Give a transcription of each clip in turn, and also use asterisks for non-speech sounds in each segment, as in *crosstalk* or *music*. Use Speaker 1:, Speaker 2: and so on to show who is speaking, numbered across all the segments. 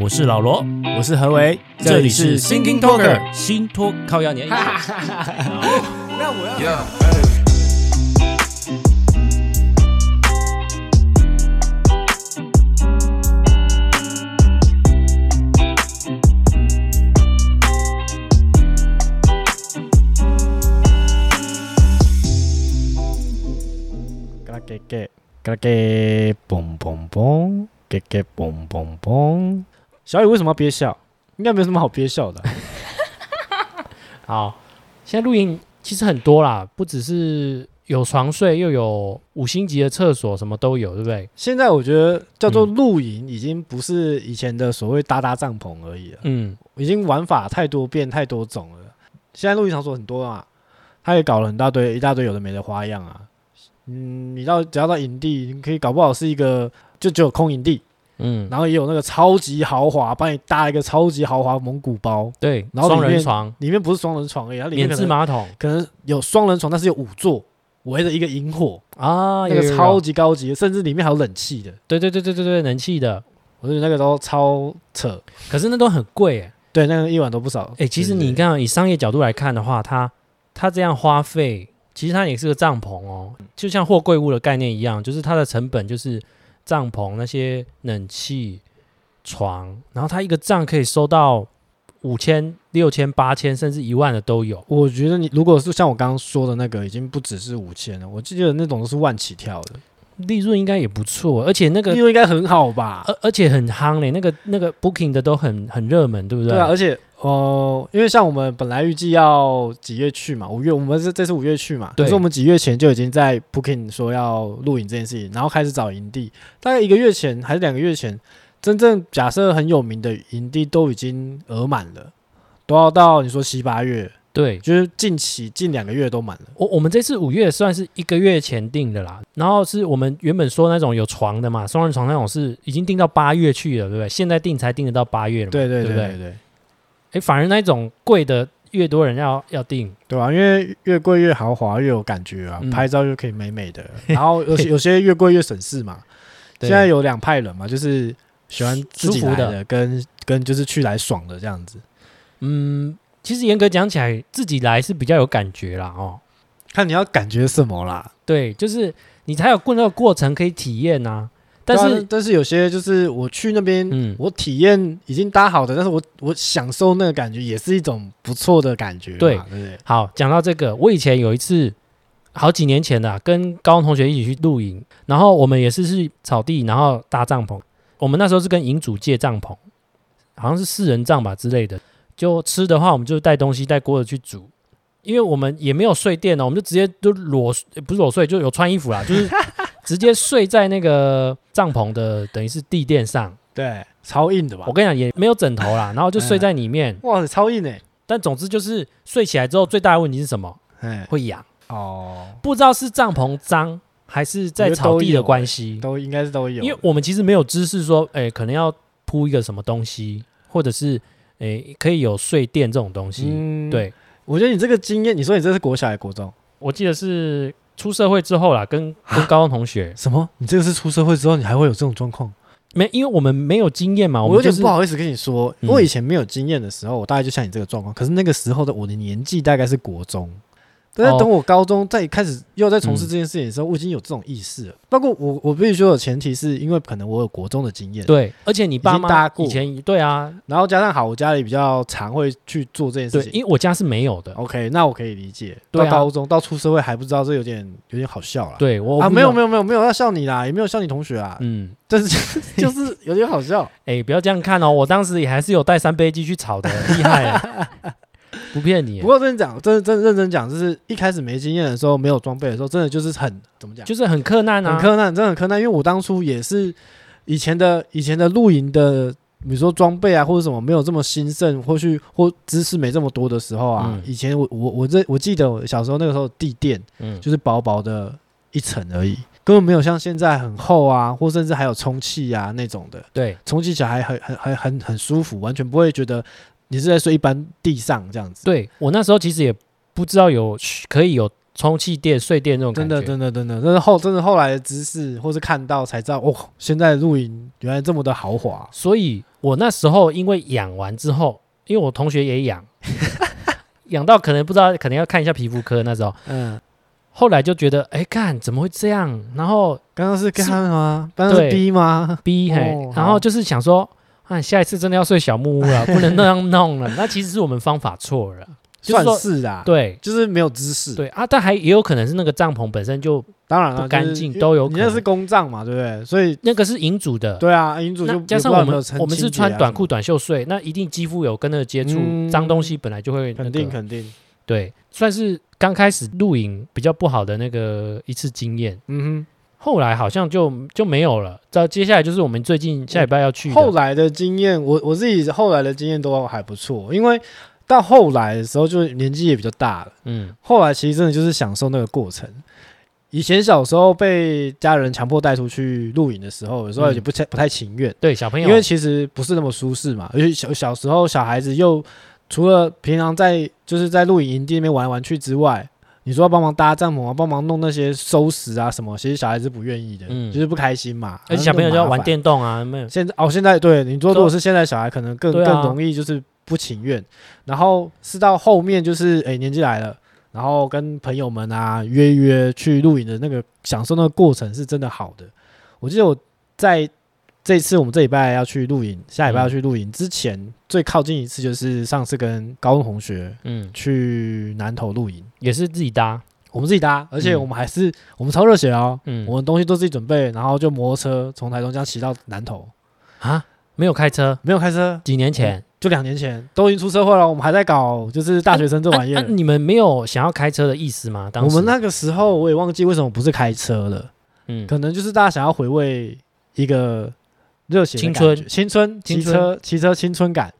Speaker 1: 我是老罗，
Speaker 2: 我是何为，这里是 Thinking Talker。
Speaker 1: 新托靠压年。
Speaker 2: 那我要
Speaker 3: Yeah,
Speaker 4: Gala ge ge, gala ge,嘣嘣嘣，ge ge 嘣嘣嘣。小雨为什么要憋笑？应该没有什么好憋笑的
Speaker 5: *laughs*
Speaker 4: 啊、
Speaker 5: 好，现在露营其实很多啦，不只是有床睡，又有五星级的厕所，什么都有，对不对？
Speaker 4: 现在我觉得叫做
Speaker 5: 嗯
Speaker 4: 露营，已经不是以前的所谓搭搭帐篷而已了，
Speaker 5: 嗯，
Speaker 4: 已经玩法太多变、太多种了。现在露营场所很多啊，他也搞了很大堆、一大堆有的没的花样啊。嗯，你到只要到营地，你可以搞不好是一个就只有空营地，
Speaker 5: 嗯，
Speaker 4: 然后也有那个超级豪华，帮你搭一个超级豪华蒙古包，
Speaker 5: 对，
Speaker 4: 然后里
Speaker 5: 双人
Speaker 4: 面
Speaker 5: 床、
Speaker 4: 里面不是双人床而已，它里面
Speaker 5: 免
Speaker 4: 可能
Speaker 5: 治马桶
Speaker 4: 可能有双人床，但是有五座，围着一个萤火，那
Speaker 5: 啊，有有
Speaker 4: 个
Speaker 5: 有
Speaker 4: 超级高级的，甚至里面还有冷气的，
Speaker 5: 对对对对对对，冷气的，
Speaker 4: 我觉得那个都超扯。
Speaker 5: 可是那都很贵哎。
Speaker 4: 对，那个一晚都不少。
Speaker 5: 哎，其实你
Speaker 4: 看，
Speaker 5: 看，以商业角度来看的话，它它这样花费，其实它也是个帐篷哦，就像货柜屋的概念一样，就是它的成本就是帐篷那些冷气、床，然后它一个帐可以收到五千、六千、八千，甚至一万的都有。
Speaker 4: 我觉得你如果是像我刚刚说的那个，已经不只是五千了，我记得那种都是万起跳的，
Speaker 5: 利润应该也不错，而且那个
Speaker 4: 利润应该很好吧？
Speaker 5: 而而且很夯嘞，那个那个 booking 的都很很热门，对不对？
Speaker 4: 对啊，而且哦、呃因为像我们本来预计要几月去嘛，五月，我们是这次五月去嘛，
Speaker 5: 对
Speaker 4: 可是我们几月前就已经在 Booking 说要录影这件事情，然后开始找营地，大概一个月前还是两个月前，真正假设很有名的营地都已经额满了，都要到你说七八月，
Speaker 5: 对
Speaker 4: 就是近期近两个月都满了。
Speaker 5: 我我们这次五月算是一个月前订的啦，然后是我们原本说那种有床的嘛，双人床那种是已经订到八月去了，对不对？现在订才订得到八月了嘛，
Speaker 4: 对
Speaker 5: 对
Speaker 4: 对
Speaker 5: 不
Speaker 4: 对对，
Speaker 5: 哎，反而那种贵的越多人要要订，
Speaker 4: 对啊，因为越贵越豪华，越有感觉啊，
Speaker 5: 嗯
Speaker 4: 拍照又可以美美的，然后有些 *laughs* 有些越贵越省事嘛。
Speaker 5: 对
Speaker 4: 现在有两派人嘛，就是喜欢自己
Speaker 5: 舒
Speaker 4: 来
Speaker 5: 服的
Speaker 4: 的，跟跟就是去来爽的这样子。
Speaker 5: 嗯，其实严格讲起来，自己来是比较有感觉啦，哦，
Speaker 4: 看你要感觉什么啦。
Speaker 5: 对，就是你才有过那个过程可以体验呐、但
Speaker 4: 对
Speaker 5: 是
Speaker 4: 啊，但是有些就是我去那边，
Speaker 5: 嗯
Speaker 4: 我体验已经搭好的，但是我我享受那个感觉也是一种不错的感觉嘛，
Speaker 5: 对
Speaker 4: 对不对？
Speaker 5: 好，讲到这个，我以前有一次，好几年前的、啊，跟高中同学一起去露营，然后我们也是去草地，然后搭帐篷。我们那时候是跟营主借帐篷，好像是四人帐吧之类的。就吃的话，我们就带东西带锅子去煮，因为我们也没有睡垫哦，我们就直接就裸呃不是裸睡，就有穿衣服啊啦，就是直接睡在那个帐篷的等于是地垫上。
Speaker 4: 对，超硬的吧
Speaker 5: 我？跟你讲，也没有枕头啦，然后就睡在里面。
Speaker 4: 哇塞，超硬哎、
Speaker 5: 但总之就是睡起来之后，最大的问题是什么？
Speaker 4: 哎，
Speaker 5: 会痒。
Speaker 4: 哦，
Speaker 5: 不知道是帐篷脏还是在草地的关系，
Speaker 4: 都应该是都有，
Speaker 5: 因为我们其实没有知识说，哎、可能要铺一个什么东西，或者是哎、可以有睡垫这种东西。
Speaker 4: 嗯，
Speaker 5: 对，
Speaker 4: 我觉得你这个经验，你说你这是国小还是国中？
Speaker 5: 我记得是出社会之后啦，跟
Speaker 4: 啊
Speaker 5: 跟高中同学
Speaker 4: 什么？你这个是出社会之后，你还会有这种状况？
Speaker 5: 没，因为我们没有经验嘛，我
Speaker 4: 我有
Speaker 5: 们就
Speaker 4: 点
Speaker 5: 是
Speaker 4: 不好意思跟你说，
Speaker 5: 嗯
Speaker 4: 我以前没有经验的时候，我大概就像你这个状况。可是那个时候的我的年纪大概是国中，但是
Speaker 5: 哦
Speaker 4: 等我高中再开始又在从事这件事情的时候，我已经有这种意识了。包括我，我必须说，有前提是因为可能我有国中的经验，
Speaker 5: 对，而且你爸
Speaker 4: 已经搭
Speaker 5: 妈
Speaker 4: 过
Speaker 5: 以前对啊，
Speaker 4: 然后加上好，我家里比较常会去做这件
Speaker 5: 对
Speaker 4: 事，情。
Speaker 5: 因为我家是没有的，
Speaker 4: OK，那我可以理解。
Speaker 5: 对
Speaker 4: 到
Speaker 5: 啊
Speaker 4: 高中到出社会还不知道，这有点有点好笑了。
Speaker 5: 对我
Speaker 4: 啊，没有没
Speaker 5: 有，
Speaker 4: 有没有没有要笑你啦，也没有笑你同学啊，
Speaker 5: 嗯，
Speaker 4: 但是 *laughs* 就是有点好笑。
Speaker 5: 哎、不要这样看哦，我当时也还是有带三杯鸡去炒的，厉害啊，
Speaker 4: *laughs*
Speaker 5: 不骗你
Speaker 4: 不，过真的讲，真的真的认真讲，就是一开始没经验的时候，没有装备的时候，真的就是很怎么讲，
Speaker 5: 就是很克难啊，
Speaker 4: 很困难，真的很困难。因为我当初也是以前的以前的露营的，你说装备啊或者什么没有这么兴盛，或许或知识没这么多的时候啊，
Speaker 5: 嗯
Speaker 4: 以前我我我这我记得我小时候那个时候地垫
Speaker 5: 嗯，
Speaker 4: 就是薄薄的一层而已，根本没有像现在很厚啊，或甚至还有充气啊那种的，
Speaker 5: 对，
Speaker 4: 充气起来还很很很很很舒服，完全不会觉得你是在睡一般地上这样子。
Speaker 5: 对我那时候其实也不知道有可以有充气垫、睡垫那种
Speaker 4: 真
Speaker 5: 感觉。
Speaker 4: 的，真的，真的，真的后真的后来的知识，或是看到才知道，哦，现在的露营原来这么的豪华。
Speaker 5: 所以我那时候因为养完之后，因为我同学也养， *laughs* 养到可能不知道，可能要看一下皮肤科那时候。
Speaker 4: 嗯，
Speaker 5: 后来就觉得，哎，看怎么会这样？然后
Speaker 4: 刚刚是看吗？刚刚是
Speaker 5: 对
Speaker 4: B 吗？
Speaker 5: 逼嘿
Speaker 4: 哦，
Speaker 5: 然
Speaker 4: 好
Speaker 5: 后就是想说，啊，下一次真的要睡小木屋了，不能那样弄了。那其实是我们方法错了，就是
Speaker 4: 算
Speaker 5: 说
Speaker 4: *laughs* 是啊，，
Speaker 5: 对
Speaker 4: 就是没有知识。，
Speaker 5: 对啊，但还也有可能是那个帐篷本身就
Speaker 4: 当然了，
Speaker 5: 不干
Speaker 4: 就是
Speaker 5: 净
Speaker 4: 因为
Speaker 5: 都有
Speaker 4: 你
Speaker 5: 可
Speaker 4: 那
Speaker 5: 能
Speaker 4: 是公账嘛，对不对？所以
Speaker 5: 那个是银主的，
Speaker 4: 对啊，银主
Speaker 5: 那
Speaker 4: 就
Speaker 5: 加上
Speaker 4: 也
Speaker 5: 我
Speaker 4: 不知道有没有清
Speaker 5: 们
Speaker 4: 洁啊
Speaker 5: 我们是穿短裤
Speaker 4: 什么
Speaker 5: 短袖睡，那一定肌肤有跟那个接触，
Speaker 4: 嗯
Speaker 5: 脏东西本来就会
Speaker 4: 的，
Speaker 5: 那
Speaker 4: 肯定
Speaker 5: 个，
Speaker 4: 肯定。
Speaker 5: 对，算是刚开始露营比较不好的那个一次经验。
Speaker 4: 嗯
Speaker 5: 后来好像就就没有了，到接下来就是我们最近下礼拜要去
Speaker 4: 哼，
Speaker 5: 的
Speaker 4: 嗯后来的经验，我我自己后来的经验都还不错，因为到后来的时候，就是年纪也比较大了，
Speaker 5: 嗯
Speaker 4: 后来其实真的就是享受那个过程。以前小时候被家人强迫带出去露营的时候，有时候
Speaker 5: 嗯
Speaker 4: 也不太不太情愿，
Speaker 5: 对小朋友，
Speaker 4: 因为其实不是那么舒适嘛，而且小小时候小孩子又除了平常在就是在露营营地那边玩来玩去之外，你说要帮忙搭帐篷啊，帮忙弄那些收拾啊什么，其实小孩子不愿意的，
Speaker 5: 嗯
Speaker 4: 就是不开心嘛。
Speaker 5: 而且小朋友就要玩
Speaker 4: 电。
Speaker 5: 电动啊，没有
Speaker 4: 现在哦，现在对你说，如
Speaker 5: 都
Speaker 4: 果是现在小孩，可能更、
Speaker 5: 对啊
Speaker 4: 更容易就是不情愿，然后是到后面就是哎、年纪来了，然后跟朋友们啊约一约去露营的那个享受那个过程是真的好的。我记得我在这次我们这礼拜要去露营，下
Speaker 5: 嗯
Speaker 4: 礼拜要去露营之前，最靠近一次就是上次跟高中同学
Speaker 5: 嗯，
Speaker 4: 去南投露营，
Speaker 5: 也是自己搭，
Speaker 4: 我们自己搭，而且
Speaker 5: 嗯
Speaker 4: 我们还是、我们超热血哦。
Speaker 5: 嗯，
Speaker 4: 我们东西都自己准备，然后就摩托车从台中这样骑到南投，
Speaker 5: 啊没有开车，
Speaker 4: 没有开车，
Speaker 5: 几年前
Speaker 4: 就两年前都已经出社会了，我们还在搞就是大学生这玩意
Speaker 5: 啊
Speaker 4: 儿。
Speaker 5: 啊你们没有想要开车的意思吗？当
Speaker 4: 我
Speaker 5: 时
Speaker 4: 们那个时候我也忘记为什么不是开车了，
Speaker 5: 嗯
Speaker 4: 可能就是大家想要回味一个热血的
Speaker 5: 青
Speaker 4: 感觉
Speaker 5: 春
Speaker 4: 青春、骑
Speaker 5: 青春
Speaker 4: 车、骑车青春感，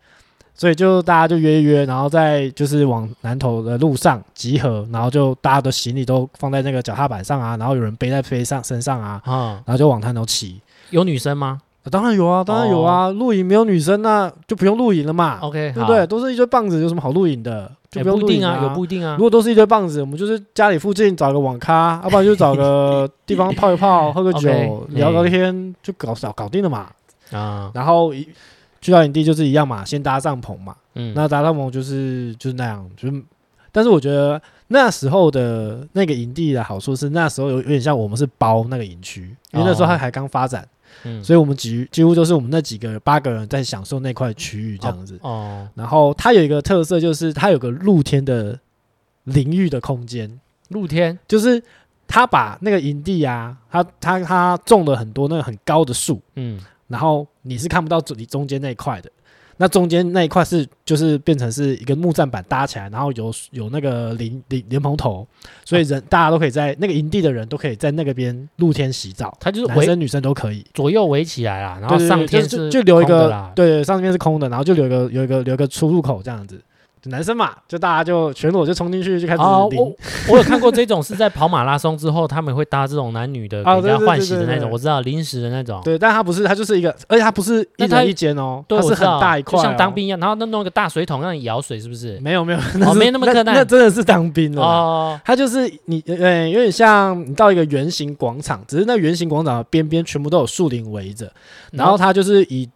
Speaker 4: 所以就大家就约一约，然后在就是往南头的路上集合，然后就大家的行李都放在那个脚踏板上啊，然后有人背在背上身上啊，
Speaker 5: 啊
Speaker 4: 然后就往南头骑。
Speaker 5: 有女生吗
Speaker 4: 啊当然有啊，当然有啊，
Speaker 5: 哦
Speaker 4: 露营没有女生那、就不用露营了嘛。
Speaker 5: ？OK，
Speaker 4: 对
Speaker 5: 好
Speaker 4: 不对？都是一堆棒子，有什么好露营的？就
Speaker 5: 也
Speaker 4: 不用
Speaker 5: 不
Speaker 4: 露
Speaker 5: 一定
Speaker 4: 营
Speaker 5: 啊，有
Speaker 4: 啊
Speaker 5: 不一定啊
Speaker 4: 如。果都是一堆棒子，我们就是家里附近找个网咖，要不然就找个地方泡一
Speaker 5: *laughs*
Speaker 4: 泡，喝个酒
Speaker 5: OK，哎
Speaker 4: 聊聊天，就搞搞搞定了嘛。
Speaker 5: 啊，
Speaker 4: 然后一去到营地就是一样嘛，先搭帐篷嘛。
Speaker 5: 嗯，
Speaker 4: 那搭帐篷就是就是那样，就是。但是我觉得那时候的那个营地的好处是，那时候有有点像我们是包那个营区，因为那时候它
Speaker 5: 哦
Speaker 4: 还刚发展，
Speaker 5: 嗯
Speaker 4: 所以我们几几乎就是我们那几个八个人在享受那块区域这样子。
Speaker 5: 哦，
Speaker 4: 然后它有一个特色，就是它有个露天的淋浴的空间，
Speaker 5: 露天
Speaker 4: 就是它把那个营地啊，它它它种了很多那个很高的树，
Speaker 5: 嗯
Speaker 4: 然后你是看不到这里中间那一块的。那中间那一块是就是变成是一个木栈板搭起来，然后有有那个淋淋莲蓬头，所以人、大家都可以在那个营地的人都可以在那个边露天洗澡，
Speaker 5: 它就是
Speaker 4: 男
Speaker 5: 围
Speaker 4: 生女生都可以。
Speaker 5: 左右围起来啦，然后
Speaker 4: 对对
Speaker 5: 上
Speaker 4: 对，
Speaker 5: 天
Speaker 4: 就是就就留一
Speaker 5: 空的
Speaker 4: 个
Speaker 5: 啦，，
Speaker 4: 对对，上面是空的，然后就留一个有一个留一个出入口这样子。就男生嘛，就大家就全裸就冲进去就开始
Speaker 5: 哦，
Speaker 4: 淋
Speaker 5: 我我有看过这种是在跑马拉松之后，他们会搭这种男女
Speaker 4: *laughs*
Speaker 5: 的
Speaker 4: 哦
Speaker 5: 给
Speaker 4: 对对
Speaker 5: 人家换洗的
Speaker 4: 对对对
Speaker 5: 那种，我知道临时的那种，
Speaker 4: 对，但他不是，他就是一个，而且他不是一
Speaker 5: 那他
Speaker 4: 人一间哦，
Speaker 5: 对，
Speaker 4: 他是
Speaker 5: 我知
Speaker 4: 很
Speaker 5: 道
Speaker 4: 大一块哦，
Speaker 5: 就像当兵一样，然后那弄一个大水桶让你舀水，是不是？
Speaker 4: 没有没有， *laughs* 那是
Speaker 5: 没那么苛
Speaker 4: 那
Speaker 5: 待
Speaker 4: 那真的是当兵了啦。
Speaker 5: 哦，
Speaker 4: 他就是你，呃，有点像你到一个圆形广场，只是那圆形广场的边边全部都有树林围
Speaker 5: 嗯
Speaker 4: 着，然后他就是以，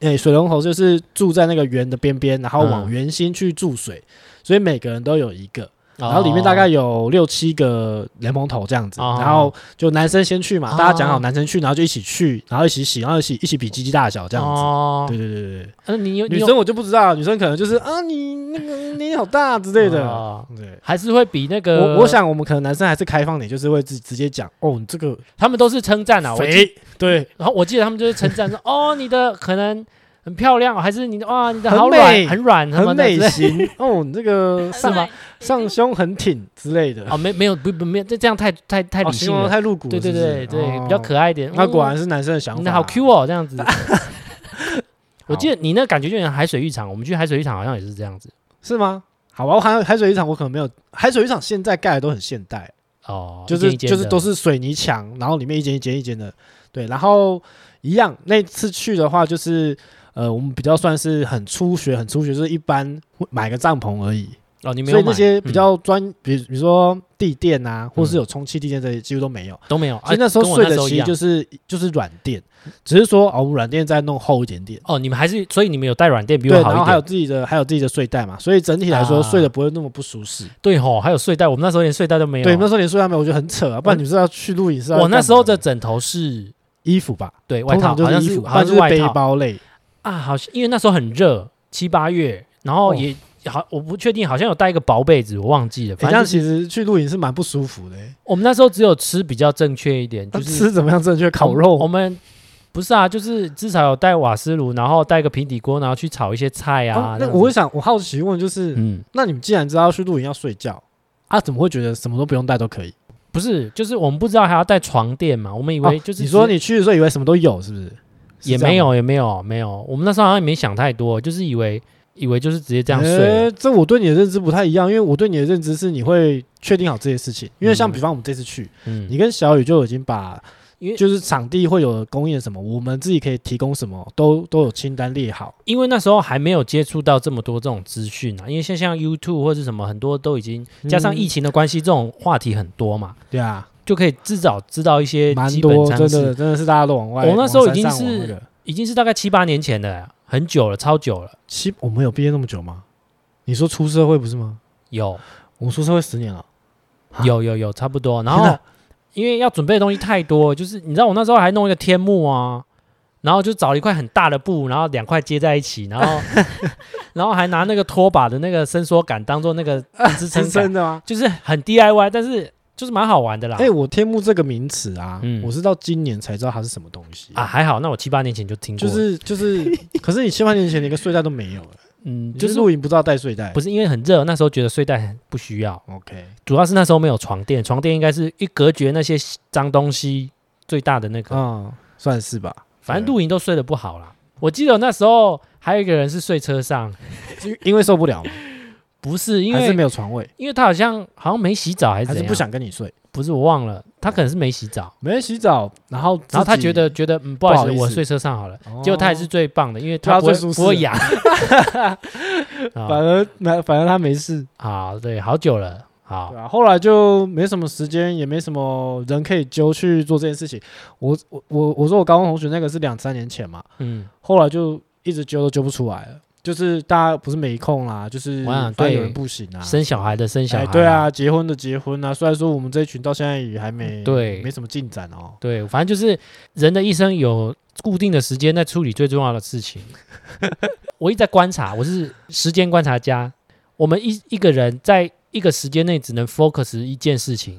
Speaker 4: 诶、水龙头就是住在那个圆的边边，然后往
Speaker 5: 嗯
Speaker 4: 圆心去注水，所以每个人都有一个。
Speaker 5: 然
Speaker 4: 然后里面大概有六七个联盟头这样子，
Speaker 5: 哦
Speaker 4: 然后就男生先去嘛，
Speaker 5: 哦
Speaker 4: 大家讲好男生去，然后就一起去，然后一起洗，然后一起一起比鸡鸡大小这样子。
Speaker 5: 哦，
Speaker 4: 对对对对
Speaker 5: 呃，你有
Speaker 4: 对，女
Speaker 5: 你有
Speaker 4: 生我就不知道，女生可能就是啊，你那个你好大之类的。
Speaker 5: 哦呃
Speaker 4: 对，
Speaker 5: 还是会比那个
Speaker 4: 我我想我们可能男生还是开放点，就是会直直接讲哦，你这个
Speaker 5: 他们都是称赞啊，我记
Speaker 4: 肥，对，
Speaker 5: *laughs* 然后我记得他们就是称
Speaker 4: *laughs*
Speaker 5: 赞说哦，你的可能很漂亮，还是你的哇，你的
Speaker 4: 很
Speaker 5: 好
Speaker 4: 美
Speaker 5: 软，很软什么
Speaker 4: 很
Speaker 5: 的
Speaker 4: 美
Speaker 5: 之类，
Speaker 4: 型哦，你这个
Speaker 5: *laughs* 是
Speaker 4: 上
Speaker 5: 吗？
Speaker 4: 上胸很挺之类的，
Speaker 5: 哦，没没有不不没有，这这样太太太
Speaker 4: 哦
Speaker 5: 理
Speaker 4: 形
Speaker 5: 性
Speaker 4: 容得
Speaker 5: 了，
Speaker 4: 太露骨了，
Speaker 5: 对
Speaker 4: 是
Speaker 5: 对
Speaker 4: 不是
Speaker 5: 对对，
Speaker 4: 哦
Speaker 5: 比较可爱一点。
Speaker 4: 那果
Speaker 5: 嗯
Speaker 4: 然是男生的想法，
Speaker 5: 你好 Q 哦，这
Speaker 4: *laughs*
Speaker 5: 样子。我
Speaker 4: 好
Speaker 5: 记得你那感觉就像海水浴场，我们去海水浴场好像也是这样子
Speaker 4: 是吗？好吧，我海海水浴场我可能没有，海水浴场现在盖的都很现代，
Speaker 5: 哦，
Speaker 4: 就
Speaker 5: 一间
Speaker 4: 是
Speaker 5: 一间
Speaker 4: 就是
Speaker 5: 的
Speaker 4: 都是水泥墙，然后里面一间一间一间的，对，然后一样那次去的话就是。呃，我们比较算是很初学，很初学，就是一般买个帐篷而已，
Speaker 5: 哦，你没
Speaker 4: 所
Speaker 5: 有
Speaker 4: 以
Speaker 5: 买
Speaker 4: 那些比
Speaker 5: 嗯
Speaker 4: 较专，比比如说地垫啊，或是有充气地垫这些，几乎都没有。
Speaker 5: 都没有。
Speaker 4: 所
Speaker 5: 啊
Speaker 4: 以那时候
Speaker 5: 跟我
Speaker 4: 睡的
Speaker 5: 候一
Speaker 4: 其实
Speaker 5: 样
Speaker 4: 就是就是软垫，只是说哦，软垫再弄厚一点点。
Speaker 5: 哦，你们还是所以你们有带软垫比我
Speaker 4: 对，
Speaker 5: 好
Speaker 4: 然
Speaker 5: 一
Speaker 4: 后还有
Speaker 5: 点。
Speaker 4: 自己的还有自己的睡袋嘛，所以整体来说
Speaker 5: 啊
Speaker 4: 睡得不会那么不舒适。
Speaker 5: 对吼，还有睡袋，我们那时候连睡袋都没有。啊
Speaker 4: 对，那时候连睡袋没有，我觉得很扯啊。不然你是要去露营是要
Speaker 5: 我那时候
Speaker 4: 干
Speaker 5: 的
Speaker 4: 嘛
Speaker 5: 枕头是
Speaker 4: 衣服吧，
Speaker 5: 对外
Speaker 4: 通
Speaker 5: 套，
Speaker 4: 常就
Speaker 5: 好像
Speaker 4: 衣
Speaker 5: 是
Speaker 4: 服，
Speaker 5: 好像
Speaker 4: 不
Speaker 5: 外
Speaker 4: 然就是背
Speaker 5: 套
Speaker 4: 包类。
Speaker 5: 啊，好像因为那时候很热，七八月，然后
Speaker 4: 哦
Speaker 5: 也好，我不确定，好像有带一个薄被子，我忘记了。
Speaker 4: 诶
Speaker 5: 反
Speaker 4: 这样
Speaker 5: 正就是
Speaker 4: 欸其实去露营是蛮不舒服的欸。
Speaker 5: 我们那时候只有吃比较正确一点，就
Speaker 4: 那
Speaker 5: 是
Speaker 4: 呃吃怎么样正确？烤
Speaker 5: 我
Speaker 4: 肉
Speaker 5: 们不是啊，就是至少有带瓦斯炉，然后带个平底锅，然后去炒一些菜啊
Speaker 4: 啊。那
Speaker 5: 这样子
Speaker 4: 我会想，我好奇问就是，
Speaker 5: 嗯，
Speaker 4: 那你们既然知道去露营要睡觉啊，怎么会觉得什么都不用带都可以？
Speaker 5: 不是，就是我们不知道还要带床垫嘛，我们以
Speaker 4: 以
Speaker 5: 为就是
Speaker 4: 哦你说
Speaker 5: 只
Speaker 4: 你去的时候以为什么都有，是不是？是
Speaker 5: 也
Speaker 4: 这样
Speaker 5: 没
Speaker 4: 吗
Speaker 5: 有也没有没有，我们那时候好像也没想太多，就是以为以为就是直接这样睡啊了。
Speaker 4: 诶欸这我对你的认知不太一样，因为我对你的认知是你会确定好这些事情。因为像
Speaker 5: 嗯
Speaker 4: 比方我们这次去，
Speaker 5: 嗯
Speaker 4: 你跟小雨就已经把，
Speaker 5: 因为
Speaker 4: 就是场地会有供应什么，我们自己可以提供什么，都都有清单列好。
Speaker 5: 因为那时候还没有接触到这么多这种资讯啊，因为像像 YouTube 或是什么很多都已经加上
Speaker 4: 嗯
Speaker 5: 疫情的关系，这种话题很多嘛，
Speaker 4: 对啊，
Speaker 5: 就可以至少知道一些
Speaker 4: 蛮
Speaker 5: 基本
Speaker 4: 多，
Speaker 5: 常
Speaker 4: 真
Speaker 5: 识
Speaker 4: 的。真的是大家都往外。
Speaker 5: 我那时候已经
Speaker 4: 往山上
Speaker 5: 是
Speaker 4: 往那个
Speaker 5: 已经是大概七八年前的，很久了，超久了。
Speaker 4: 七，我们有毕业那么久吗？你说出社会不是吗？
Speaker 5: 有
Speaker 4: 我出社会十年了，啊
Speaker 5: 有有有，差不多。然
Speaker 4: 天
Speaker 5: 后
Speaker 4: 哪
Speaker 5: 因为要准备的东西太多，就是你知道我那时候还弄一个天幕啊，然后就找了一块很大的布，然后两块接在一起，然后
Speaker 4: *laughs*
Speaker 5: 然后还拿那个拖把的那个伸缩杆当做那个支
Speaker 4: 真
Speaker 5: 撑杆，
Speaker 4: 真的吗？
Speaker 5: 就是很 DIY，但是就是蛮好玩的啦。
Speaker 4: 哎、我天幕这个名词啊，
Speaker 5: 嗯
Speaker 4: 我是到今年才知道它是什么东西
Speaker 5: 啊，。还好，那我七八年前就听过
Speaker 4: 就
Speaker 5: 了，
Speaker 4: 是就是，可是你七八年前连个睡袋都没
Speaker 5: *laughs*
Speaker 4: 有了，
Speaker 5: 嗯，
Speaker 4: 就
Speaker 5: 就是是
Speaker 4: 露营不知道带睡袋。
Speaker 5: 不是因为很热，那时候觉得睡袋很不需要，
Speaker 4: OK，
Speaker 5: 主要是那时候没有床垫，床垫应该是一隔绝那些脏东西最大的那个，
Speaker 4: 嗯，算是吧。
Speaker 5: 反正露营都睡得不好啦。我记得那时候还有一个人是睡车上，
Speaker 4: 因因为受不了嘛，
Speaker 5: 不是因
Speaker 4: 还是
Speaker 5: 为
Speaker 4: 没有床位，
Speaker 5: 因为他好像好像没洗澡还是
Speaker 4: 还是
Speaker 5: 怎样，
Speaker 4: 不想跟你睡，
Speaker 5: 不是我忘了，他可能是没洗澡，
Speaker 4: 没人洗澡，然后
Speaker 5: 然后他
Speaker 4: 自己
Speaker 5: 觉得觉得嗯不
Speaker 4: 不
Speaker 5: 好
Speaker 4: 好
Speaker 5: 意
Speaker 4: 意
Speaker 5: 思，我
Speaker 4: 思
Speaker 5: 睡车上好了，
Speaker 4: 哦
Speaker 5: 结果他还是最棒的，因为
Speaker 4: 对
Speaker 5: 他
Speaker 4: 他
Speaker 5: 不会
Speaker 4: 最舒适
Speaker 5: 不会
Speaker 4: 的 *laughs*
Speaker 5: 痒。 *laughs*
Speaker 4: 反
Speaker 5: 啊
Speaker 4: 而那反而他没事，
Speaker 5: 好，对，好久了，好
Speaker 4: 对，啊，后来就没什么时间，也没什么人可以揪去做这件事情。我我我我说我高中同学那个是两三年前嘛，
Speaker 5: 嗯，
Speaker 4: 后来就一直揪都揪不出来了，就是大家不是没空啦，就是
Speaker 5: 我想
Speaker 4: 反正
Speaker 5: 对
Speaker 4: 有人不行啊，
Speaker 5: 生小孩的生小孩
Speaker 4: 哎，
Speaker 5: 啊，
Speaker 4: 对啊，结婚的结婚啊，虽然说我们这一群到现在也还没
Speaker 5: 对
Speaker 4: 没什么进展哦，
Speaker 5: 对，反正就是人的一生有固定的时间在处理最重要的事
Speaker 4: *laughs*
Speaker 5: 情。我一直在观察，我是时间观察家。我们一一个人在一个时间内只能 focus 一件事情。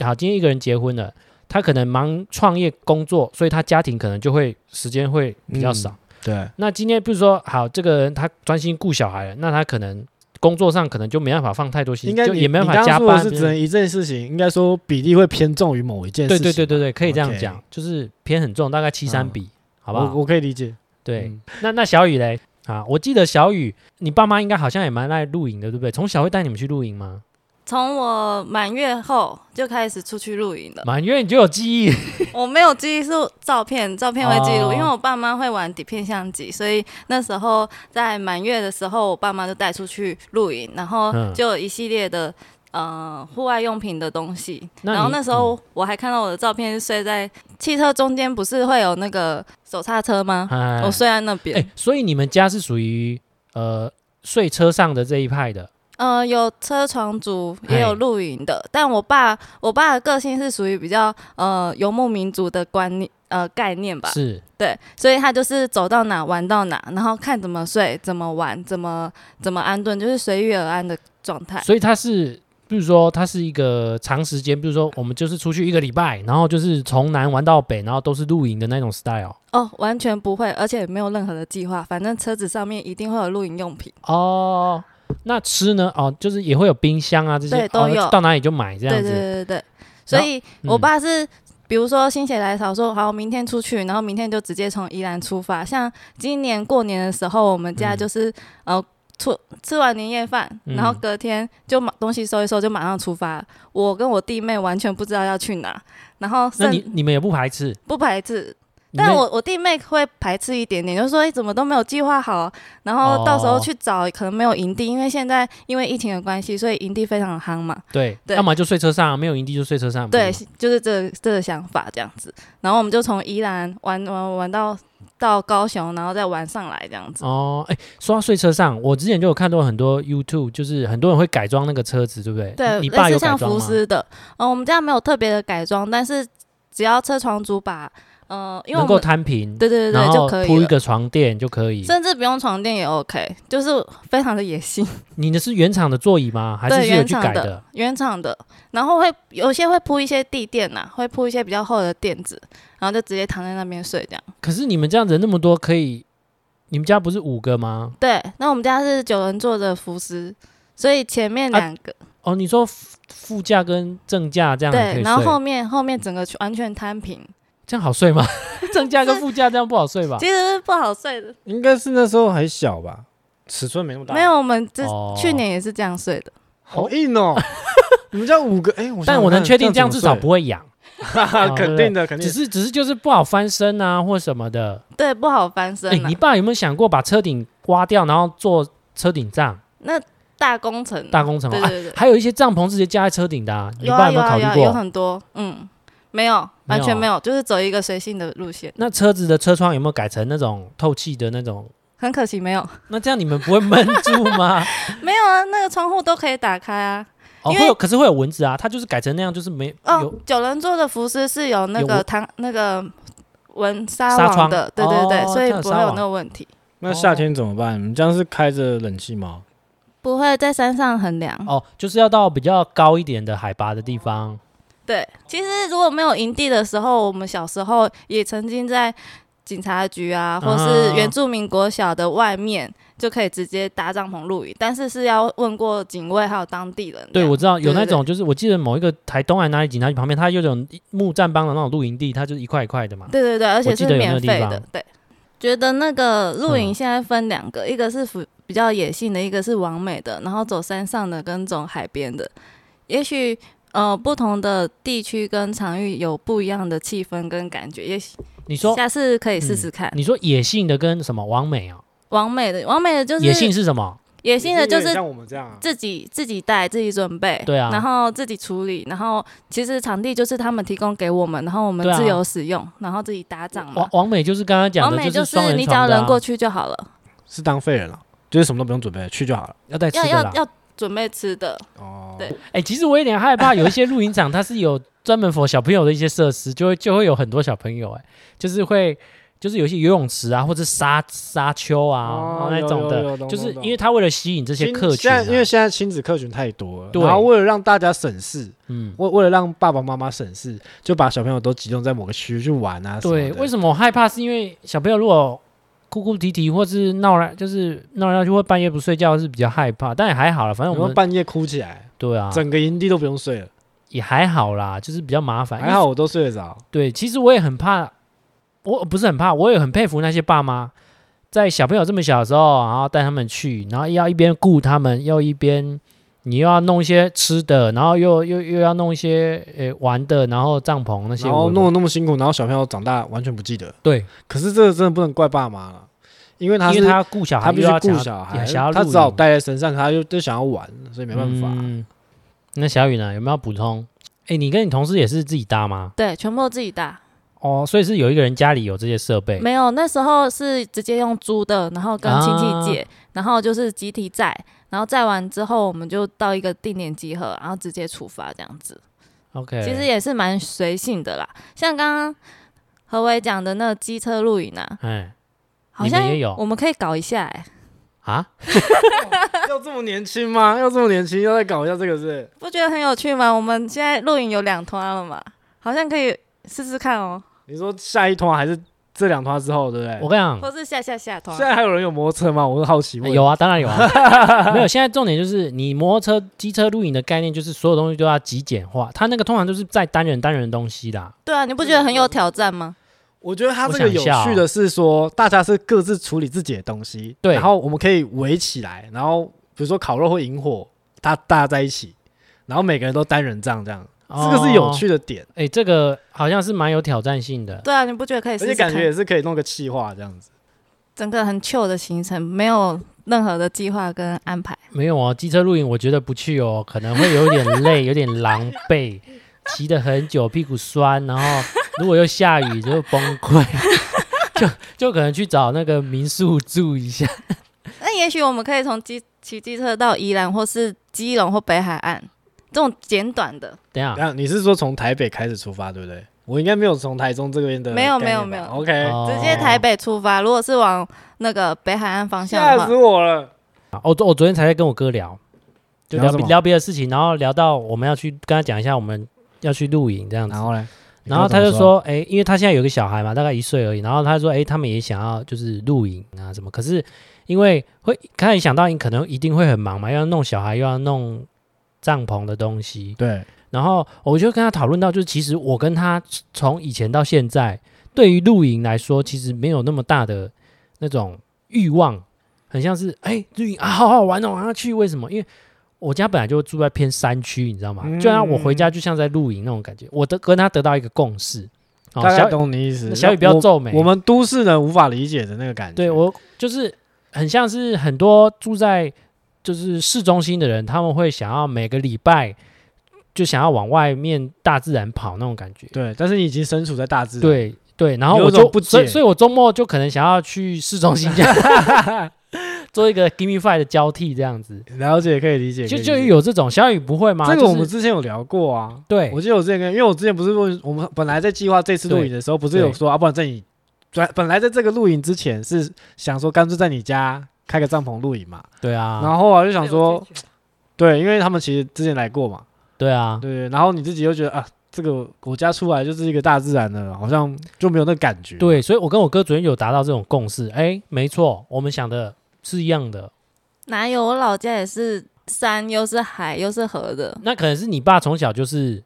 Speaker 5: 好，今天一个人结婚了，他可能忙创业工作，所以他家庭可能就会时间会
Speaker 4: 嗯
Speaker 5: 比较少。
Speaker 4: 对，
Speaker 5: 那今天比如说，好，这个人他专心顾小孩了，那他可能工作上可能就没办法放太多心，
Speaker 4: 应该
Speaker 5: 就
Speaker 4: 你
Speaker 5: 也没办
Speaker 4: 你
Speaker 5: 法
Speaker 4: 刚
Speaker 5: 加
Speaker 4: 刚说的
Speaker 5: 班。
Speaker 4: 是只能一件事情，应该说比例会偏重于某一件事
Speaker 5: 对
Speaker 4: 情。
Speaker 5: 对对对对，可以这样
Speaker 4: OK
Speaker 5: 讲，就是偏很重，大概七三
Speaker 4: 嗯
Speaker 5: 比，好不好？
Speaker 4: 我我可以理解。
Speaker 5: 对，
Speaker 4: 嗯
Speaker 5: 那那小雨嘞啊，我记得小雨，你爸妈应该好像也蛮爱露营的，对不对？从小会带你们去露营吗？
Speaker 1: 从我满月后就开始出去露营了。
Speaker 5: 满月你就有记忆， *laughs*
Speaker 1: 我没有记忆是照片，照片会记录，
Speaker 5: 哦
Speaker 1: 因为我爸妈会玩底片相机，所以那时候在满月的时候，我爸妈就带出去露营，然后
Speaker 5: 嗯
Speaker 1: 就有一系列的。呃，户外用品的东西。
Speaker 5: 那你嗯
Speaker 1: 然后那时候我还看到我的照片是睡在汽车中间，不是会有那个手刹车吗？
Speaker 5: 哎
Speaker 1: 我睡在那边。
Speaker 5: 哎，所以你们家是属于呃睡车上的这一派的，
Speaker 1: 呃，有车床族，也
Speaker 5: 嘿
Speaker 1: 有露营的，但我爸我爸的个性是属于比较呃游牧民族的观念呃概念吧，
Speaker 5: 是
Speaker 1: 对，所以他就是走到哪玩到哪，然后看怎么睡、怎么玩、怎么怎么安顿，就是随遇而安的状态。
Speaker 5: 所以他是。比如说，他是一个长时间，比如说我们就是出去一个礼拜，然后就是从南玩到北，然后都是露营的那种 style
Speaker 1: 哦，完全不会，而且没有任何的计划，反正车子上面一定会有露营用品。
Speaker 5: 哦。那吃呢？哦，就是也会有冰箱啊这些，
Speaker 1: 对都
Speaker 5: 哦
Speaker 1: 有
Speaker 5: 到哪里就买这样
Speaker 1: 对
Speaker 5: 子。
Speaker 1: 对对对对，所以
Speaker 5: 嗯
Speaker 1: 我爸是。比如说心血来潮说好，明天出去，然后明天就直接从宜兰出发。像今年过年的时候，我们
Speaker 5: 嗯
Speaker 1: 家就是、呃出吃完年夜饭，
Speaker 5: 嗯
Speaker 1: 然后隔天就马东西收一收，就马上出发。我跟我弟妹完全不知道要去哪，然后
Speaker 5: 那
Speaker 1: 甚
Speaker 5: 你你们也不排斥？
Speaker 1: 不排斥，但我我弟妹会排斥一点点，就说、哎怎么都没有计划好，然后到时候
Speaker 5: 哦
Speaker 1: 去找可能没有营地，因为现在因为疫情的关系，所以营地非常夯嘛。
Speaker 5: 对，
Speaker 1: 对
Speaker 5: 要么就睡车上，没有营地就睡车上。
Speaker 1: 对
Speaker 5: 不是吗，
Speaker 1: 就是这这个想法这样子。然后我们就从宜兰玩玩玩到到高雄，然后再玩上来这样子。
Speaker 5: 哦，哎，说到睡车上，我之前就有看到很多 YouTube，就是很多人会改装那个车子，对不对？
Speaker 1: 对，
Speaker 5: 你你爸
Speaker 1: 类
Speaker 5: 有
Speaker 1: 似
Speaker 5: 改
Speaker 1: 像
Speaker 5: 装
Speaker 1: 福
Speaker 5: 吗？
Speaker 1: 斯的，嗯、我们家没有特别的改装，但是只要车床主把，呃，因为
Speaker 5: 能
Speaker 1: 我
Speaker 5: 够
Speaker 1: 们
Speaker 5: 摊平，
Speaker 1: 对对对
Speaker 5: 然
Speaker 1: 对就
Speaker 5: 后
Speaker 1: 可以
Speaker 5: 铺一
Speaker 1: 了，
Speaker 5: 个床垫就可以。
Speaker 1: 甚至不用床垫也 OK，就是非常的野性，
Speaker 5: 你的是原厂的座椅吗？还是
Speaker 1: 对
Speaker 5: 是有
Speaker 1: 原
Speaker 5: 去
Speaker 1: 厂
Speaker 5: 改
Speaker 1: 的？原厂的。然后会有些会铺一些地垫呐、会铺一些比较厚的垫子，然后就直接躺在那边睡这样。
Speaker 5: 可是你们家人那么多，可以，你们家不是五个吗？
Speaker 1: 对，那我们家是九人座的福斯，所以前面
Speaker 5: 啊
Speaker 1: 两个。
Speaker 5: 哦，你说副副驾跟正驾这样还可
Speaker 1: 对，
Speaker 5: 以
Speaker 1: 然后
Speaker 5: 睡
Speaker 1: 后面后面整个完全摊平，
Speaker 5: 这样好睡
Speaker 1: *laughs*
Speaker 5: 吗？正驾跟副驾这样不好睡吧？
Speaker 1: 其实是不好睡的。
Speaker 4: 应该是那时候还小吧，尺寸没那么大，
Speaker 1: 没有，我们这
Speaker 5: 啊哦
Speaker 1: 去年也是这样睡的。
Speaker 4: 好硬
Speaker 1: *laughs*
Speaker 4: 哦。你们家五个，哎、我想想
Speaker 5: 但我能
Speaker 4: 看
Speaker 5: 确定这样
Speaker 4: 怎
Speaker 5: 至
Speaker 4: 么
Speaker 5: 少
Speaker 4: 睡
Speaker 5: 不会痒，
Speaker 4: *laughs*
Speaker 5: 啊
Speaker 4: 肯定的，肯定的。
Speaker 5: 只是只是就是不好翻身啊或什么的。
Speaker 1: 对，不好翻
Speaker 5: 哎，
Speaker 1: 身、啊
Speaker 5: 你爸有没有想过把车顶刮掉，然后做车顶帐、
Speaker 1: 那大工程，
Speaker 5: 大工程
Speaker 1: 嗯对
Speaker 5: 啊？
Speaker 1: 对对，
Speaker 5: 还有一些帐篷直接架在车顶的 *laughs* 啊，你
Speaker 1: 有
Speaker 5: 爸
Speaker 1: 啊
Speaker 5: 有没考
Speaker 1: 有啊
Speaker 5: 虑
Speaker 1: 有啊，有
Speaker 5: 过？
Speaker 1: 很多，嗯，没有，完全
Speaker 5: 没啊
Speaker 1: 没有，就是走一个随性的路线。
Speaker 5: 那车子的车窗有没有改成那种透气的那种？
Speaker 1: 很可惜没有， *laughs*
Speaker 5: 那这样你们不会闷住吗？
Speaker 1: 没有啊，那个窗户都可以打开啊。
Speaker 5: 哦，
Speaker 1: 因
Speaker 5: 会有，
Speaker 1: 为
Speaker 5: 可是会有蚊子啊，它就是改成那样，就是没
Speaker 1: 哦
Speaker 5: 有，
Speaker 1: 九人座的福斯是有那
Speaker 5: 有
Speaker 1: 个弹那个蚊纱
Speaker 5: 纱窗
Speaker 1: 网的，对对对，
Speaker 5: 哦
Speaker 1: 所以
Speaker 5: 这样
Speaker 1: 不
Speaker 5: 纱
Speaker 1: 会有
Speaker 5: 网
Speaker 1: 那个问题，
Speaker 4: 那夏天怎么办？你们这样是开着冷气吗？
Speaker 1: 哦不会在山上很凉。
Speaker 5: 哦，就是要到比较高一点的海拔的地方。
Speaker 1: 对，其实如果没有营地的时候，我们小时候也曾经在警察局啊，或是原住民国小的外面。就可以直接搭帐篷露营，但是是要问过警卫还有当地人。
Speaker 5: 对，我知道有
Speaker 1: 对对
Speaker 5: 那种，就是我记得某一个台东还哪里警察局旁边，它有种木栈帮的那种露营地，它就是一块一块的嘛。
Speaker 1: 对对对，而且是
Speaker 5: 记得有那
Speaker 1: 免
Speaker 5: 个地
Speaker 1: 费
Speaker 5: 方
Speaker 1: 的。对，觉得那个露
Speaker 5: 嗯
Speaker 1: 营现在分两个，一个是比比较野性的，一个是完美的，然后走山上的跟走海边的。也许呃，不同的地区跟场域有不一样的气氛跟感觉，也许
Speaker 5: 你说
Speaker 1: 下次可以
Speaker 5: 嗯
Speaker 1: 试试看。
Speaker 5: 你说野性的跟什么完美啊？
Speaker 1: 完美的，完美的就是
Speaker 5: 野性是什么？
Speaker 1: 野性的，就是
Speaker 4: 像我们这样、啊，
Speaker 1: 自己自己带、自己准备，
Speaker 5: 对啊
Speaker 1: 然后自己处理，然后其实场地就是他们提供给我们，然后我们
Speaker 5: 对啊
Speaker 1: 自由使用，然后自己搭帐
Speaker 5: 完
Speaker 1: 嘛。
Speaker 5: 完美就是刚刚讲
Speaker 1: 完
Speaker 5: 的，
Speaker 1: 美
Speaker 5: 是双
Speaker 1: 是
Speaker 5: 人
Speaker 1: 你只要
Speaker 5: 床的啊
Speaker 1: 人过去就好了，
Speaker 4: 是当废人了、就是什么都不用准备，去就好了。
Speaker 5: 要带吃
Speaker 1: 要
Speaker 5: 的啦
Speaker 1: 要。要准备吃的，
Speaker 4: 哦，
Speaker 1: 对
Speaker 5: 哎，其实我有点害怕，有一些露营场它是有专门 for 小朋友的一些设施，就会就会有很多小朋友，哎，就是会就是有一些游泳池啊，或者沙沙丘啊
Speaker 4: 哦
Speaker 5: 那
Speaker 4: 有
Speaker 5: 种
Speaker 4: 有
Speaker 5: 的
Speaker 4: 有，懂
Speaker 5: 就是
Speaker 4: 懂懂
Speaker 5: 因为他为了吸引这些
Speaker 4: 亲
Speaker 5: 客群
Speaker 4: 现
Speaker 5: 啊，
Speaker 4: 在因为现在亲子客群太多了，
Speaker 5: 对
Speaker 4: 然后为了让大家省事，
Speaker 5: 嗯。
Speaker 4: 为为了让爸爸妈妈省事，就把小朋友都集中在某个区域去玩啊。
Speaker 5: 对，为
Speaker 4: 么
Speaker 5: 什么我害怕？是因为小朋友如果哭哭啼啼，或是闹来，就是闹来闹去，或半夜不睡觉，是比较害怕。但也还好啦，反
Speaker 4: 的我
Speaker 5: 正我
Speaker 4: 们
Speaker 5: 们
Speaker 4: 半夜哭起来，
Speaker 5: 对啊，
Speaker 4: 整个营地都不用睡了，
Speaker 5: 也还好啦，就是比较麻烦。
Speaker 4: 还好我都睡得着。
Speaker 5: 对，其实我也很怕，我不是很怕，我也很佩服那些爸妈，在小朋友这么小的时候，然后带他们去，然后要一边顾他们，又一边你又要弄一些吃的，然后又又又要弄一些呃玩的，然后帐篷那些
Speaker 4: 然
Speaker 5: 我，
Speaker 4: 后弄得那么辛苦，然后小朋友长大完全不记得。
Speaker 5: 对，
Speaker 4: 可是这个真的不能怪爸妈了，因为他
Speaker 5: 因
Speaker 4: 是
Speaker 5: 为他要顾小孩，
Speaker 4: 他必
Speaker 5: 又
Speaker 4: 须
Speaker 5: 要想
Speaker 4: 顾
Speaker 5: 要
Speaker 4: 小
Speaker 5: 也
Speaker 4: 孩
Speaker 5: 想要，
Speaker 4: 他
Speaker 5: 露
Speaker 4: 只好
Speaker 5: 营
Speaker 4: 带在身上，他就就想要玩，所以没办法。
Speaker 5: 嗯那小雨呢？有没有要补充？哎，你跟你同事也是自己搭吗？
Speaker 1: 对，全部都自己搭。
Speaker 5: 哦，所以是有一个人家里有这些设备。
Speaker 1: 没有，那时候是直接用租的，然后跟亲戚
Speaker 5: 啊
Speaker 1: 借，然后就是集体载，然后载完之后我们就到一个定点集合，然后直接出发这样子。
Speaker 5: OK，
Speaker 1: 其实也是蛮随性的啦，像刚刚何伟讲的那个机车露营啊，
Speaker 5: 哎
Speaker 1: 好像
Speaker 5: 你们也有
Speaker 1: 我们可以搞一下哎、
Speaker 5: 啊，
Speaker 4: *laughs* 要这么年轻吗？要这么年轻，要再搞一下这个是？
Speaker 1: 不觉得很有趣吗？我们现在露营有两团了嘛，好像可以试试看哦，
Speaker 4: 你说下一团还是这两团之后，对不对？
Speaker 5: 我跟你讲，
Speaker 1: 或是下下下团
Speaker 4: *laughs* 现。在还有人有摩托车吗？我是好奇问。
Speaker 5: 有啊，当然有
Speaker 4: *laughs*
Speaker 5: 啊。没有，现在重点就是你摩托车、机车露营的概念，就是所有东西都要极简化。它那个通常就是在单人单人的东西啦。
Speaker 1: 对啊，你不觉得很有挑战吗？
Speaker 4: 我觉得他
Speaker 5: 我
Speaker 4: 这
Speaker 5: 想
Speaker 4: 个
Speaker 5: 一
Speaker 4: 有
Speaker 5: 下哦
Speaker 4: 趣的是说，大家是各自处理自己的东西，
Speaker 5: 对
Speaker 4: 然后我们可以围起来，然后比如说烤肉或引火，大大家在一起，然后每个人都单人帐这样。这个是有趣的
Speaker 1: 哦
Speaker 4: 点，
Speaker 5: 哎、这个好像是蛮有挑战性的。
Speaker 1: 对啊，你不觉得可以
Speaker 4: 而
Speaker 1: 试
Speaker 4: 且
Speaker 1: 试
Speaker 4: 感
Speaker 1: 看
Speaker 4: 觉也是可以弄个气化这样子。
Speaker 1: 整个很 chill 的行程，没有任何的计划跟安排。
Speaker 5: 没有哦，机车露营我觉得不去哦，可能会有点累， *laughs* 有点狼狈，骑得很久，屁股酸，然后如果又下雨就崩溃， *laughs* 就就可能去找那个民宿住一下。
Speaker 1: 那也许我们可以从机骑机车到宜兰，或是基隆或北海岸这种简短的。
Speaker 5: 等一下，
Speaker 4: 那你是说从台北开始出发，对不对？我应该没有从台中这边的
Speaker 1: 没有
Speaker 4: 概念吧
Speaker 1: 没有没有
Speaker 4: OK，
Speaker 5: 哦
Speaker 1: 哎直接台北出发，如果是往那个北海岸方向
Speaker 4: 吓
Speaker 1: 的话
Speaker 4: 死，我了。
Speaker 5: 啊我昨我昨天才在跟我哥聊，就
Speaker 4: 聊
Speaker 5: 聊
Speaker 4: 什么
Speaker 5: 聊别的事情，然后聊到我们要去跟他讲一下我们要去露营这样子，
Speaker 4: 然后呢？
Speaker 5: 然后他
Speaker 4: 你
Speaker 5: 就
Speaker 4: 跟我怎么，
Speaker 5: 说，哎、因为他现在有个小孩嘛，大概一岁而已。然后他说，哎、他们也想要就是露营啊什么，可是因为会开始想到你可能一定会很忙嘛，又要弄小孩，又要弄帐篷的东西。
Speaker 4: 对，
Speaker 5: 然后我就跟他讨论到，就是其实我跟他从以前到现在，对于露营来说，其实没有那么大的那种欲望，很像是哎、露营啊，好好玩哦，我要去。为什么？因为我家本来就住在偏山区，你知道吗？
Speaker 4: 嗯
Speaker 5: 就让我回家就像在露营那种感觉。我得跟他得到一个共识，哦，
Speaker 4: 大
Speaker 5: 小
Speaker 4: 概懂你意思。
Speaker 5: 小雨不要
Speaker 4: 我
Speaker 5: 皱眉
Speaker 4: 我们都市人无法理解的那个感觉。
Speaker 5: 对我就是很像是很多住在就是市中心的人，他们会想要每个礼拜就想要往外面大自然跑那种感觉。
Speaker 4: 对，但是你已经身处在大自然，
Speaker 5: 对对，然后
Speaker 4: 有
Speaker 5: 我
Speaker 4: 一种
Speaker 5: 就
Speaker 4: 不
Speaker 5: 所以
Speaker 4: 解
Speaker 5: 所以我周末就可能想要去市中心这样 *laughs* 做一个 give me five 的交替这样子，
Speaker 4: 了解可以理解，
Speaker 5: 就
Speaker 4: 可以
Speaker 5: 就
Speaker 4: 理解
Speaker 5: 有这种小雨不会吗？
Speaker 4: 这
Speaker 5: 就
Speaker 4: 个我
Speaker 5: 是
Speaker 4: 们之前有聊过啊。
Speaker 5: 对
Speaker 4: 我记得我之前跟，因为我之前不是问我们本来在计划这次露营的时候，不是有说啊，不然在你本本来在这个露营之前是想说干脆在你家开个帐篷露营嘛，
Speaker 5: 对啊，
Speaker 4: 然后啊就想
Speaker 1: 对
Speaker 4: 说，，对，因为他们其实之前来过嘛，
Speaker 5: 对啊，
Speaker 4: 对，然后你自己又觉得啊，这个我家出来就是一个大自然的，好像就没有那感觉，，
Speaker 5: 对，所以我跟我哥昨天有达到这种共识，哎，没错，我们想的是一样的。
Speaker 1: 哪有我老家也是山，又是海，又是河的。
Speaker 5: 那可能是你爸从小就是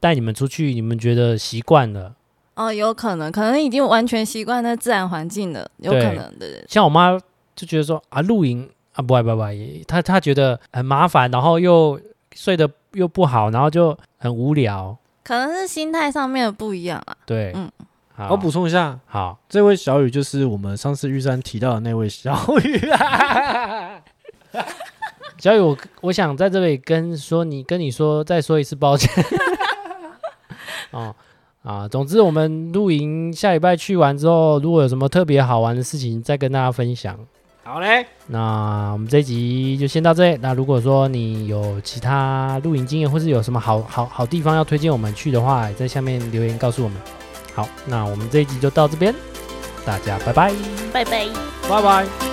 Speaker 5: 带你们出去，你们觉得习惯了。
Speaker 1: 哦，有可能，可能已经完全习惯那自然环境了，有可
Speaker 5: 对
Speaker 1: 能的。对
Speaker 5: 像我妈就觉得说啊，露营啊，不爱不爱不爱，她她觉得很麻烦，然后又睡得又不好，然后就很无聊。
Speaker 1: 可能是心态上面的不一样啊。
Speaker 5: 对，
Speaker 1: 嗯
Speaker 5: 好，
Speaker 4: 我补充一下，
Speaker 5: 好，
Speaker 4: 这位小雨就是我们上次玉山提到的那位小雨啊，
Speaker 5: 小雨，我我想在这里跟说你跟你说再说一次抱歉。哦啊，总之我们露营下礼拜去完之后，如果有什么特别好玩的事情，再跟大家分享。
Speaker 4: 好嘞，
Speaker 5: 那我们这一集就先到这里。那如果说你有其他露营经验，或是有什么好好好地方要推荐我们去的话，也在下面留言告诉我们。好，那我们这一集就到这边，大家拜拜。
Speaker 1: 拜拜。
Speaker 4: 拜拜。